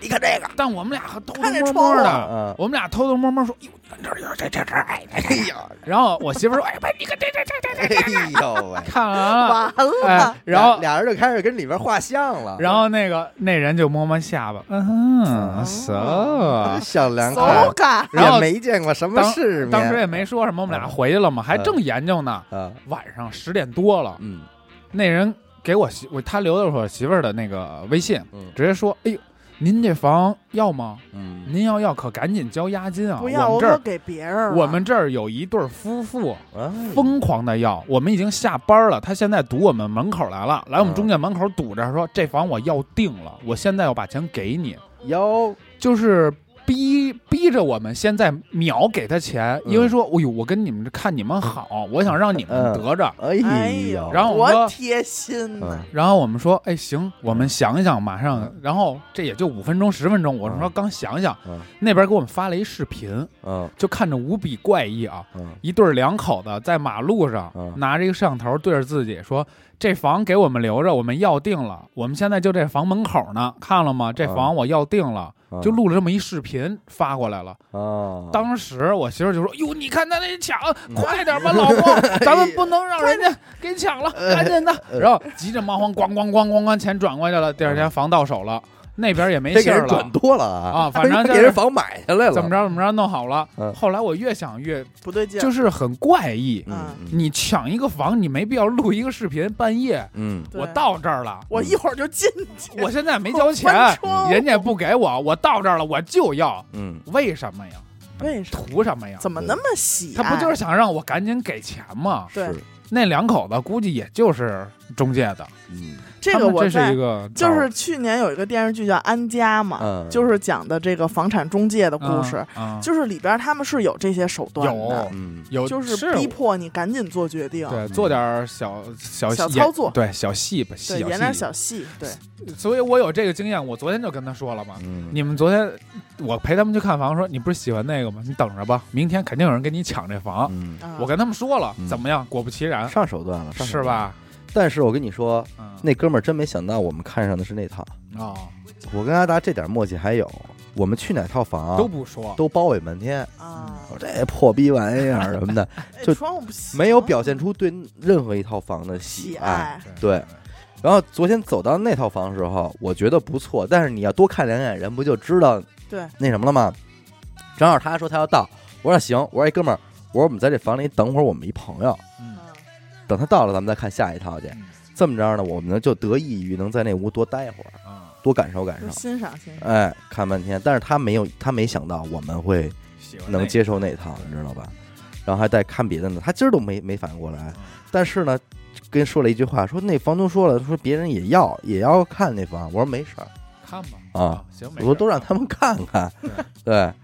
你看这个，但我们俩还偷偷看这摸摸窗户的。嗯，我们俩偷偷摸摸说：“哟，你看这儿有这这这儿，哎哎呀！”然后我媳妇儿说：“哎喂，你看这这这这 *laughs* 这。哎呦喂”，看完了，完了哎，， *laughs* 然俩后俩人就开始跟里边画像了，然后那个那人就摸摸下巴，哦嗯，so，啊小梁走看开。啊然后也没见过什么世面，当时也没说什么，我们俩回去了嘛，还正研究呢。啊，晚上十点多了，嗯那人给我媳我他留的是我媳妇儿的那个微信，嗯直接说：“哎呦，您这房要吗？嗯您要要可赶紧交押金啊！不要，我我们这可儿给别人啊了。我们这儿有一对儿夫妇哎疯狂的要，我们已经下班了，他现在堵我们门口来了，来我嗯们中介门口堵着说这房我要定了，我现在要把钱给你，哟，就是逼逼逼着我们现在秒给他钱，因为嗯说，哎呦，我跟你们这看你们好，我想让你们得着。哎哎呦呦，，然后我多说贴心呐！嗯然后我们说，哎，行，我们想一想，马上嗯。然后这也就五分钟、十分钟，我说嗯刚想想，嗯那边给我们发了一视频，嗯就看着无比怪异啊。嗯一对儿两口子在马路上嗯拿着一个摄像头对着自己说：“这房给我们留着，我们要定了，我们现在就这房门口呢，看了吗？这房嗯我要定了。”嗯，就录了这么一视频发过来了。啊，当时我媳妇就说：“哟，你看他那抢，嗯哎快点吧，老 *laughs* 公，咱们不能让人家给抢了，赶紧的。”嗯然后急着忙慌，咣咣咣咣咣，钱转过去了。第二天房到手了，那边也没这给信儿人了转，多了啊啊反正就给是人房买下来了，怎么着怎么着弄好了嗯。后来我越想越不对劲儿，就是很怪异，嗯？嗯你抢一个房，你没必要录一个视频，半夜嗯，对我到这儿了，我一会儿就进去，我现在没交 *laughs* 钱，关窗户人家不给我，我到这儿了我就要，嗯，为什么呀？为啥？图什么呀？怎么那么喜他爱？不就是想让我赶紧给钱吗？对是，那两口子估计也就是中介的，嗯这他个们我这是在一个招就儿是去年有一个电视剧叫《安家》嘛，嗯，就是讲的这个房产中介的故嗯事，嗯就是里边他们是有这些手段的，嗯有就是逼迫你赶紧做决定，对做点儿小小小也操作对小戏吧，对，小演点戏。小戏，对，所以我有这个经验，我昨天就跟他说了嘛。嗯，你们昨天我陪他们去看房，说你不是喜欢那个吗？你等着吧，明天肯定有人跟你抢这房。嗯啊我跟他们说了，嗯怎么样？果不其然，上手段了，上手啊是段？吧？但是我跟你说，嗯，那哥们儿真没想到我们看上的是那套。哦，我跟阿达这点默契还有，我们去哪套房都不说，都包尾半天，啊，我这破逼玩意儿什么 *laughs* 的，哎嗯就窗户不行没有表现出对任何一套房的喜喜爱。爱，对然后昨天走到那套房的时候，我觉得不错，但是你要多看两眼，人不就知道对那什么了吗？正好他说他要到，我说行，我说哎哥们儿，我说我们在这房里等会儿我们一朋友，嗯嗯，等他到了咱们再看下一套去。嗯这么着呢，我们呢就得益于能在那屋多待会儿，啊，多感受感嗯就受。欣赏欣赏，哎，看半天，但是他没有，他没想到我们会喜欢那能个接受那套，你知道吧？然后还带看别的呢，他今儿都没没反应过嗯来。但是呢，跟说了一句话，说那房东说了，说别人也要也要看那房。我说没事儿，看吧啊，行，我没事儿说都让他们看看，对，嗯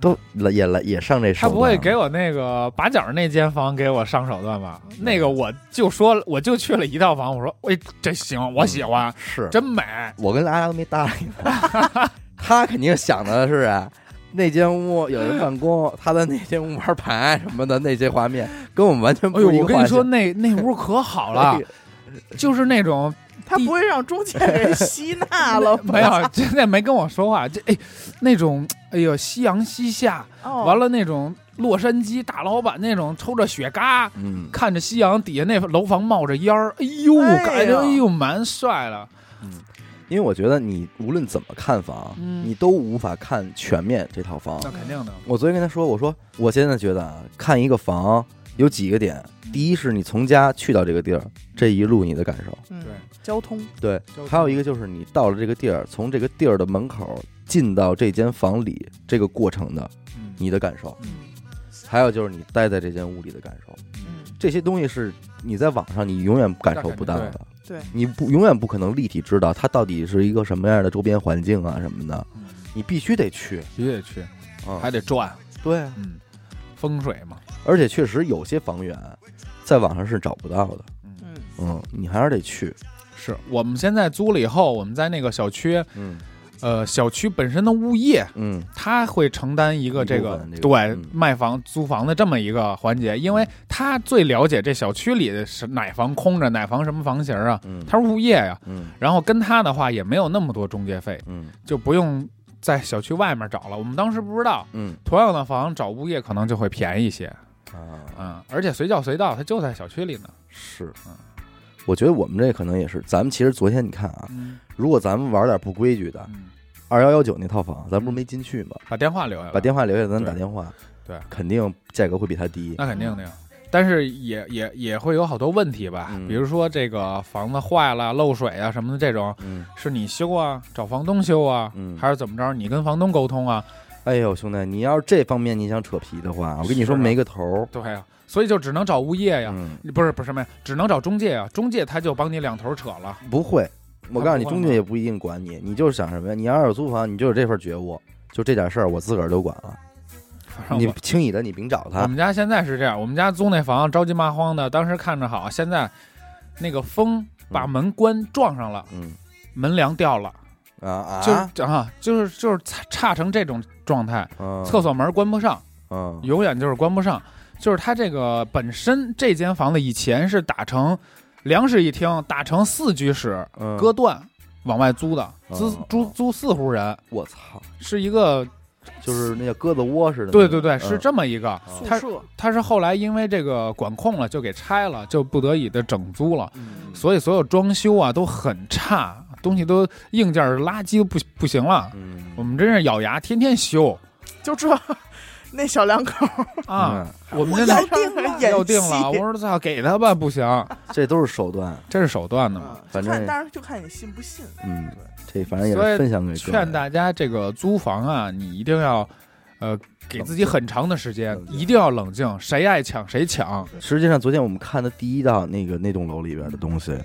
都来也来也上这手他段。不会给我那个把角那间房给我上手段吧？嗯那个我就说，我就去了一套房，我说，哎，这行，我喜欢，嗯是，真美，我跟阿达都没搭理他， *laughs* 他肯定想的是啊。那间屋有人办公，他在那间屋玩牌什么的，那些画面跟我们完全哎不呦，一个哎我跟画你说，面那那屋可 *laughs* 好了，就是那种他不会让中介给 *laughs* 人吸纳了吧？没有，真的没跟我说话。这哎，那种哎呦，夕阳西下，哦，完了那种洛杉矶大老板那种抽着雪茄，嗯，看着夕阳底下那楼房冒着烟儿，哎呦，哎呦感觉哎呦蛮帅了。因为我觉得你无论怎么看房，嗯你都无法看全面这套房。那肯定的，我昨天跟他说，我说我现在觉得啊，看一个房有几个点，第一是你从家去到这个地儿，这一路你的感受；嗯对，交通对交，通还有一个就是你到了这个地儿，从这个地儿的门口进到这间房里这个过程的嗯你的感受，嗯还有就是你待在这间屋里的感受，嗯，这些东西是你在网上你永远感受不到那肯的。对对你不永远不可能立体知道它到底是一个什么样的周边环境啊什么的，嗯你必须得去必须得去，啊。还得转，对啊，嗯，风水嘛，而且确实有些房源在网上是找不到的，嗯嗯，你还是得去，是我们现在租了以后，我们在那个小区，嗯呃，小区本身的物业，嗯他会承担一个这一部个分这个对嗯卖房租房的这么一个环节，因为他最了解这小区里的是哪房空着，哪房什么房型啊，嗯，他是物业呀、嗯然后跟他的话也没有那么多中介费，嗯就不用在小区外面找了。我们当时不知道，嗯同样的房找物业可能就会便宜一些，啊嗯，而且随叫随到，他就在小区里呢，是嗯。我觉得我们这可能也是，咱们其实昨天你看啊，嗯，如果咱们玩点不规矩的，嗯二幺幺九那套房，咱不是没进去吗？把电话留下来，把电话留下，咱对打电话，对肯定价格会比它低。那肯定的呀。但是也也也会有好多问题吧，嗯比如说这个房子坏了、漏水啊什么的这种，嗯，是你修啊，找房东修啊，嗯还是怎么着？你跟房东沟通啊？哎呦，兄弟，你要是这方面你想扯皮的话，我跟你说是啊没个头儿。对呀、所以就只能找物业呀，嗯，不是不是什么呀，只能找中介呀，中介他就帮你两头扯了。不会，我告诉你，他不中会吗介也不一定管你，你就是想什么呀？你要是有租房，你就有这份觉悟，就这点事儿我自个儿就管了，反正你我轻易的你甭找我他。们家现在是这样，我们家租那房着急麻慌的，当时看着好，现在那个风把门关撞上了，嗯门梁掉了，啊啊，就是啊，就是就是差差成这种状态，嗯厕所门关不上，嗯永远就是关不上。就是它这个本身这间房子以前是打成两室一厅，打成四居室，嗯隔断往外租的，嗯租租租四户人，我操，是一个就是那叫鸽子窝似的那对种。对对，嗯是这么一个。啊宿他舍它是后来因为这个管控了，就给拆了，就不得已的整租了。嗯所以所有装修啊都很差，东西都硬件儿垃圾都不不行了。我嗯们真是咬牙天 *laughs* 天修就这，那小两口啊！，嗯我们真在的上面演戏要定了，我说操，给他吧，不行，嗯这都是手段。这是手 *laughs* 段呢。嗯反就看正当然就看你信不信。嗯，这反正也所以是分享给各位劝大家这个租房啊，你一定要，呃，给自己很长的时间冷，静一定要冷静，谁爱抢谁抢。实际上，昨天我们看的第一道那个那栋楼里边的东西，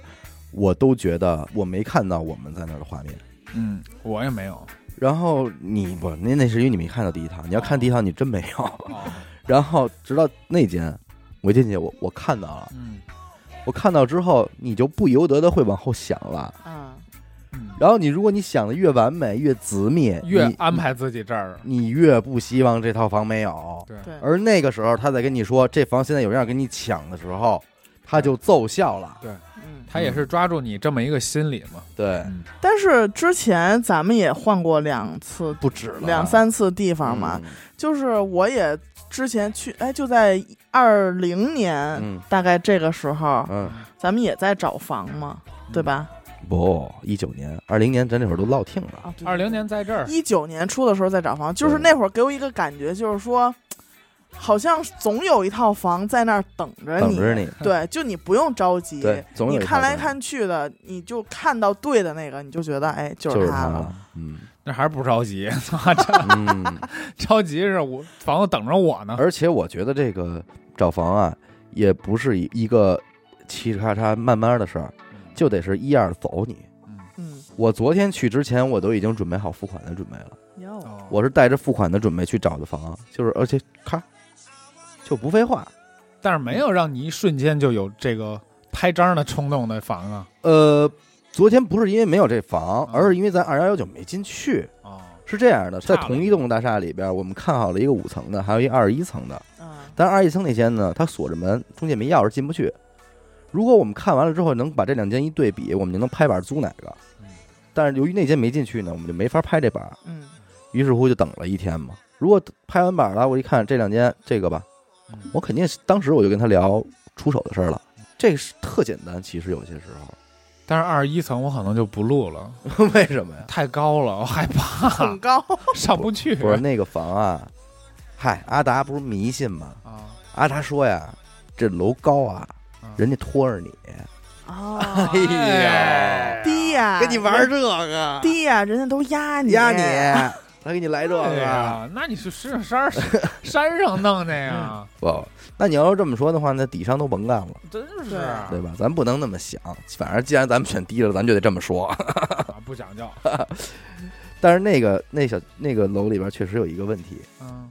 我都觉得我没看到我们在那儿的画面。嗯，我也没有。然后你不，那那是因为你没看到第一套，你要看第一套你真没有。哦然后直到那间，我一进去我我看到了，嗯我看到之后你就不由得的会往后想了。啊，嗯，然后你如果你想的越完美越缜密，越你安排自己这儿，你越不希望这套房没有。对对，而那个时候他在跟你说这房现在有人要跟你抢的时候，他就奏效了。嗯，他也是抓住你这么一个心理嘛。对，嗯但是之前咱们也换过两次、不止了，两三次地方嘛，嗯就是我也之前去，哎，就在二零年、嗯大概这个时候，嗯，咱们也在找房嘛，对吧？不，一九年、二零年，咱那会儿都落听了。啊，二零年在这儿，一九年初的时候在找房，就是对那会儿给我一个感觉，就是说，好像总有一套房在那儿等着等哎你，着你，对，就你不用着急，对，总有你一套看来房看去的，你就看到对的那个，你就觉得哎，就就是他了。了，嗯那还是不着急， *laughs* 嗯，着急是我房子等着我呢。而且我觉得这个找房啊，也不是一一个嘁哧咔嚓慢慢的事儿，嗯就得是一二走你。嗯，我昨天去之前，我都已经准备好付款的准备了，哟，我是带着付款的准备去找的房，就是而且咔，就不废话，但是没有让你一瞬间就有这个拍张的冲动的房啊。呃，昨天不是因为没有这房，嗯而是因为咱二幺幺九没进去。哦，是这样的，在差了同一栋大厦里边，我们看好了一个五层的，还有一二十一层的。嗯，但二十一层那间呢，它锁着门，中介没钥匙进不去。如果我们看完了之后能把这两间一对比，我们就能拍板租哪个嗯。但是由于那间没进去呢，我们就没法拍这板，嗯，于是乎就等了一天嘛。如果拍完板了，我一看这两间这个吧，嗯我肯定是当时我就跟他聊出手的事儿了。这个是特简单，其实有些时但是二十一层我可能就不录了，候 *laughs* 为什么呀？太高了，我害怕 *laughs* 很高，上不去。不是那个房啊，嗨，阿达不是迷信吗？啊，阿达说呀，这楼高啊，啊人家拖着你，哦，哎 *laughs* 呀低呀、人这个低呀、人家都压你，压你，他给你来这对个。哎呀，那你是石景山 *laughs* 山上弄的呀？不，那你要是这么说的话，那底商都甭干了，真是对啊对吧？咱不能那么想，反正既然咱们选低了，咱就得这么说。 *laughs* 不讲究。但是那个那小那个楼里边确实有一个问题，嗯，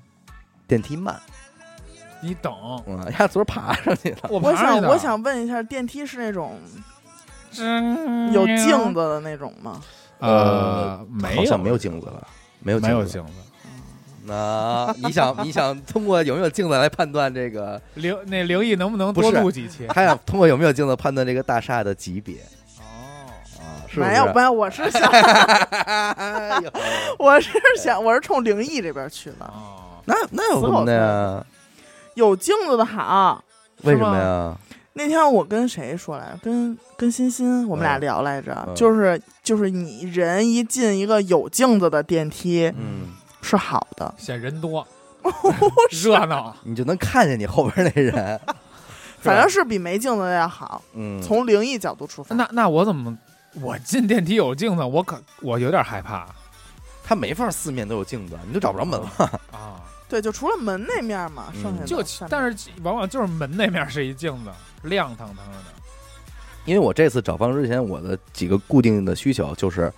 电梯慢，你等，嗯，呀，昨儿爬上去了，我我爬想上去的我想问一下，电梯是那种真有镜子的那种吗？嗯呃，没有，好像没有镜子了，没有没有子镜子，那你想，你想通过有没有镜子来判断这个？灵那灵异能不能不多是录几期？他想通过有没有镜子判断这个大厦的级别哦，啊？是不是？没有，没有，我 *laughs* 是想，哎呦我是想，我是冲灵异这边去的。*laughs* 哦，那那有什么的呀？有镜子的好。为什么呀？那天我跟谁说来着？跟跟欣欣，我们俩嗯聊来着，嗯就是就是你人一进一个有镜子的电梯嗯，是好的，显人 *laughs* 多，热闹。你就能看见你后边 *laughs* 那人。反正是比没镜子的要好。嗯，从灵异角度出发， *laughs* 那那我怎么，我进电梯有镜子，我可我有点害怕他没法四面都有镜子，你都找不着嗯门了。啊。对，就除了门那面嘛，剩下的嗯就上面但是往往就是门那面是一镜子，亮堂堂的。因为我这次找房之前，我的几个固定的需求就是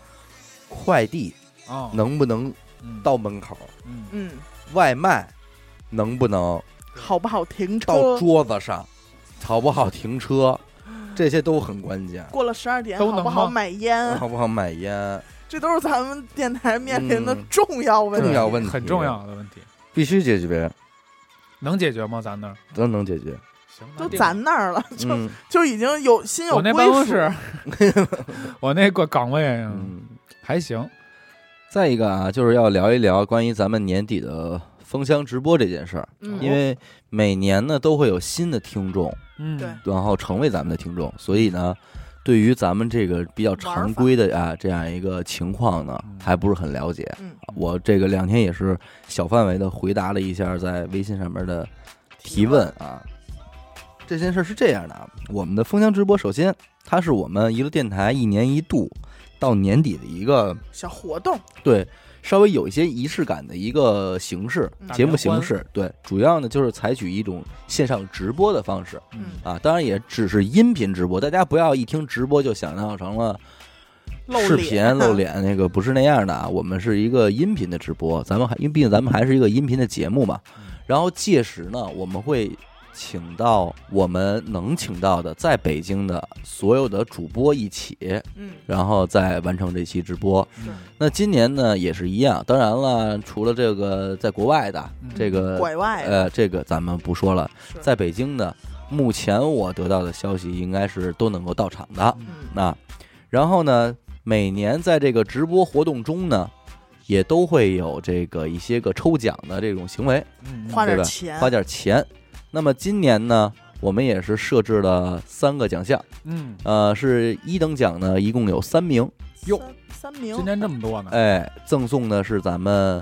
快递哦，能不能嗯到门口，嗯嗯，外卖能不能好不好停到车？桌子上，好不好停车，这些都很关键。过了十二点都能好不好吗买烟？好不好买烟？这都是咱们电台面临的嗯重要问重题。要问题啊很重要的问题，必须解决，能解决吗？咱那儿都能解决。行，那都定咱那儿了， *laughs* 就、嗯就已经有心有我归那属。办公室，我那个岗位啊嗯，还行，再一个啊，就是要聊一聊关于咱们年底的封箱直播这件事儿，嗯，因为每年呢都会有新的听众，嗯，对然后成为咱们的听众，所以呢，对于咱们这个比较常规的啊这样一个情况呢嗯，还不是很了解。嗯我这个两天也是小范围的回答了一下在微信上面的提问啊。嗯这件事是这样的啊，我们的封箱直播，首先它是我们娱乐电台一年一度到年底的一个小活动，对，稍微有一些仪式感的一个形式嗯，节目形式。对，主要呢就是采取一种线上直播的方式嗯，啊，当然也只是音频直播，大家不要一听直播就想象成了露视频脸露 *laughs* 脸，那个不是那样的啊。我们是一个音频的直播，咱们还因为毕竟咱们还是一个音频的节目嘛。嗯然后届时呢，我们会。请到我们能请到的在北京的所有的主播一起，嗯，然后再完成这期直播。嗯是那今年呢也是一样，当然了，除了这个在国外的嗯这个拐外的呃这个咱们不说了，是在北京的目前我得到的消息应该是都能够到场的。嗯那然后呢，每年在这个直播活动中呢，也都会有这个一些个抽奖的这种行为，嗯花对点吧钱，花点钱。那么今年呢，我们也是设置了三个奖项，嗯，呃，是一等奖呢，一共有三名。哟三三名，今天这么多呢，哎，赠送的是咱们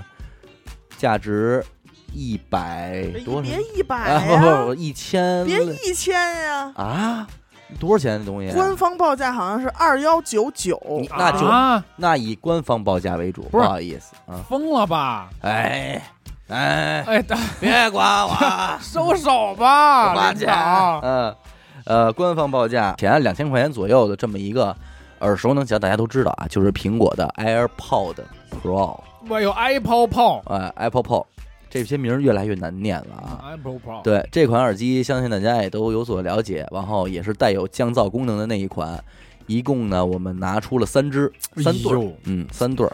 价值一百哎多少别？一百啊，呀、不 *laughs* 不，一千别一千呀、啊，多少钱的东西啊？官方报价好像是二幺九九，你那就啊那以官方报价为主，不不是好意思啊。疯了吧？哎哎，哎，大别管我，收手吧，花领钱。导。嗯呃，官方报价前两千块钱左右的这么一个耳熟能详，大家都知道啊，就是苹果的 AirPod Pro，我有 Apple Pong，呃，Apple Pro，这些名儿越来越难念了啊。 ，Apple Pong，，对这款耳机，相信大家也都有所了解，然后也是带有降噪功能的那一款。一共呢，我们拿出了三只，三对儿，哎呦，嗯，三对儿，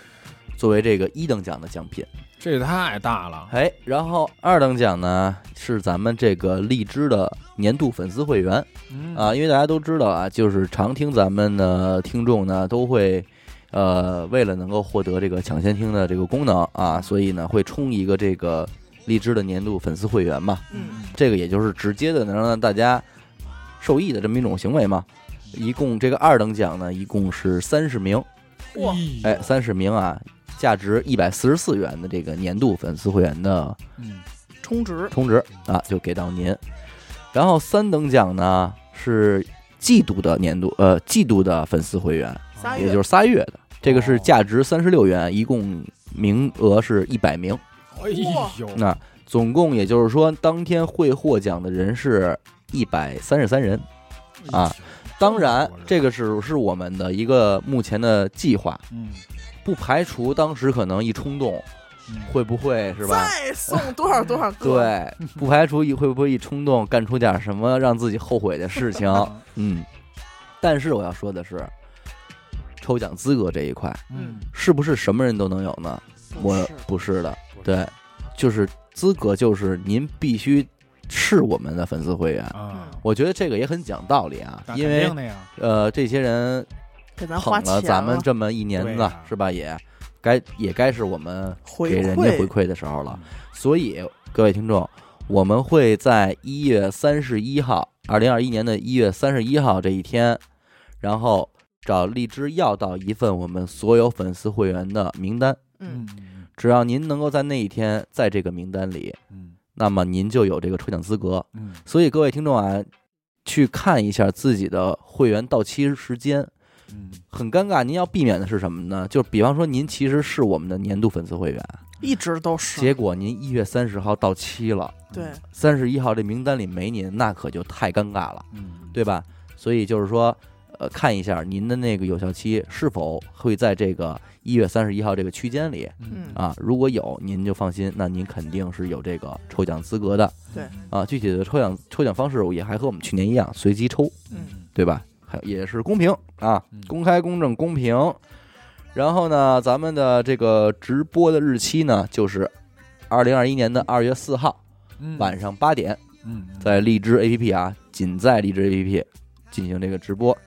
作为这个一等奖的奖品。这也太大了，哎，然后二等奖呢是咱们这个荔枝的年度粉丝会员嗯啊，因为大家都知道啊，就是常听咱们的听众呢都会。呃，为了能够获得这个抢先听的这个功能啊，所以呢会充一个这个荔枝的年度粉丝会员嘛。嗯，这个也就是直接的能让大家受益的这么一种行为嘛。一共这个二等奖呢，一共是三十名，哇哎，三十名啊，价值一百四十四元的这个年度粉丝会员的嗯，充值，充值啊，就给到您。然后三等奖呢是季度的年度呃季度的粉丝会员，仨也月就是仨月的，这个是哦价值三十六元，一共名额是一百名。哎呦，那总共也就是说，当天会获奖的人是一百三十三人。嗯啊当然，这个，个是是我们的一个目前的计划，嗯，不排除当时可能一冲动，嗯会不会是吧？再送多 *laughs* 少多少个，对，不排除一会不会一冲动干出点什么让自己后悔的事 *laughs* 情。嗯，但是我要说的是，抽奖资格这一块，嗯，是不是什么人都能有呢？不我是不是的，不是嗯对，就是资格就是您必须是我们的粉丝会员。啊，我觉得这个也很讲道理啊，那因肯为定的呀，呃，这些人给咱花捧钱了咱们这么一年对子呀，是吧？也该也该是我们回给人家回馈嗯馈的时候了。所以各位听众，我们会在一月三十一号，二零二一年的一月三十一号这一天，然后找荔枝要到一份我们所有粉丝会员的名单。嗯，嗯只要您能够在那一天在这个名单里，嗯那么您就有这个抽奖资格。嗯，所以各位听众啊，去看一下自己的会员到期时间。嗯很尴尬，您要避免的是什么呢？就是比方说您其实是我们的年度粉丝会员，一直都是结嗯果您一月三十号到期了，对，三十一号这名单里没您，那可就太尴尬了，嗯，对吧？所以就是说，呃看一下您的那个有效期是否会在这个一月三十一号这个区间里嗯啊，如果有您就放心，那您肯定是有这个抽奖资格的。对啊，具体的抽奖抽奖方式也还和我们去年一样，随机抽，嗯对吧？还也是公平啊嗯，公开、公正、公平。然后呢，咱们的这个直播的日期呢，就是二零二一年的二月四号嗯晚上八点，嗯在荔枝 APP 啊，仅在荔枝 APP 进行这个直播。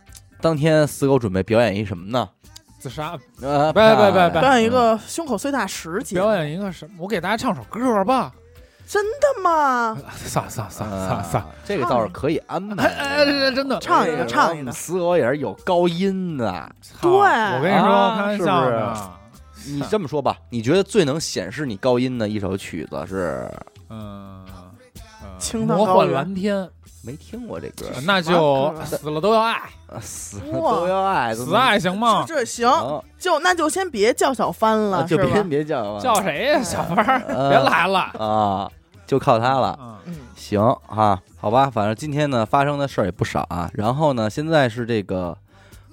当天死狗准备表演一什么呢？自杀，呃，拜拜拜拜表演一个嗯胸口碎大石节目，表演一个什么？我给大家唱首歌吧。呃真的吗？撒撒撒撒啊撒！这个倒是可以安哎排哎，的。哎真的唱一个唱一个我们死狗也是有高音的。操对我跟你说，啊开玩笑呢。你这么说吧，你觉得最能显示你高音的一首曲子是？嗯，呃青藏魔高幻原蓝天，没听过这歌，啊那就歌死了都要爱，啊死哇都要爱，死爱行吗？这行，啊，就那就先别叫小帆了，就是别吧？嗯别叫了叫谁呀？小班儿，呃别来了。啊，就靠它了。嗯嗯，行啊，好吧，反正今天呢发生的事儿也不少啊。然后呢，现在是这个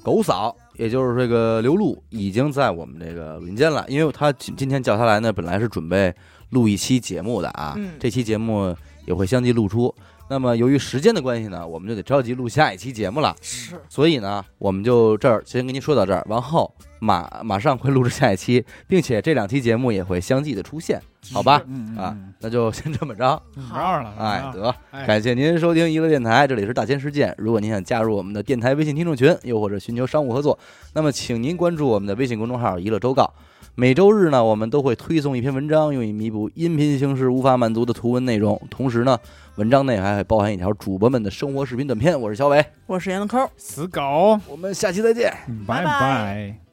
狗嫂，也就是这个刘露，已经在我们这个录音间了。因为她今今天叫她来呢，本来是准备录一期节目的啊，嗯这期节目也会相继录出。那么由于时间的关系呢，我们就得着急录下一期节目了。是所以呢，我们就这儿先跟您说到这儿，然后马马上会录制下一期，并且这两期节目也会相继的出现，好吧？嗯啊嗯，那就先这么着，嗯不让了，哎，不让了得。哎感谢您收听娱乐电台，这里是大千世界。如果您想加入我们的电台微信听众群，又或者寻求商务合作，那么请您关注我们的微信公众号“娱乐周告”。每周日呢，我们都会推送一篇文章，用以弥补音频形式无法满足的图文内容。同时呢，文章内还会包含一条主播们的生活视频短片。我是小伟，我是闫德抠儿。死狗，我们下期再见。拜拜拜拜。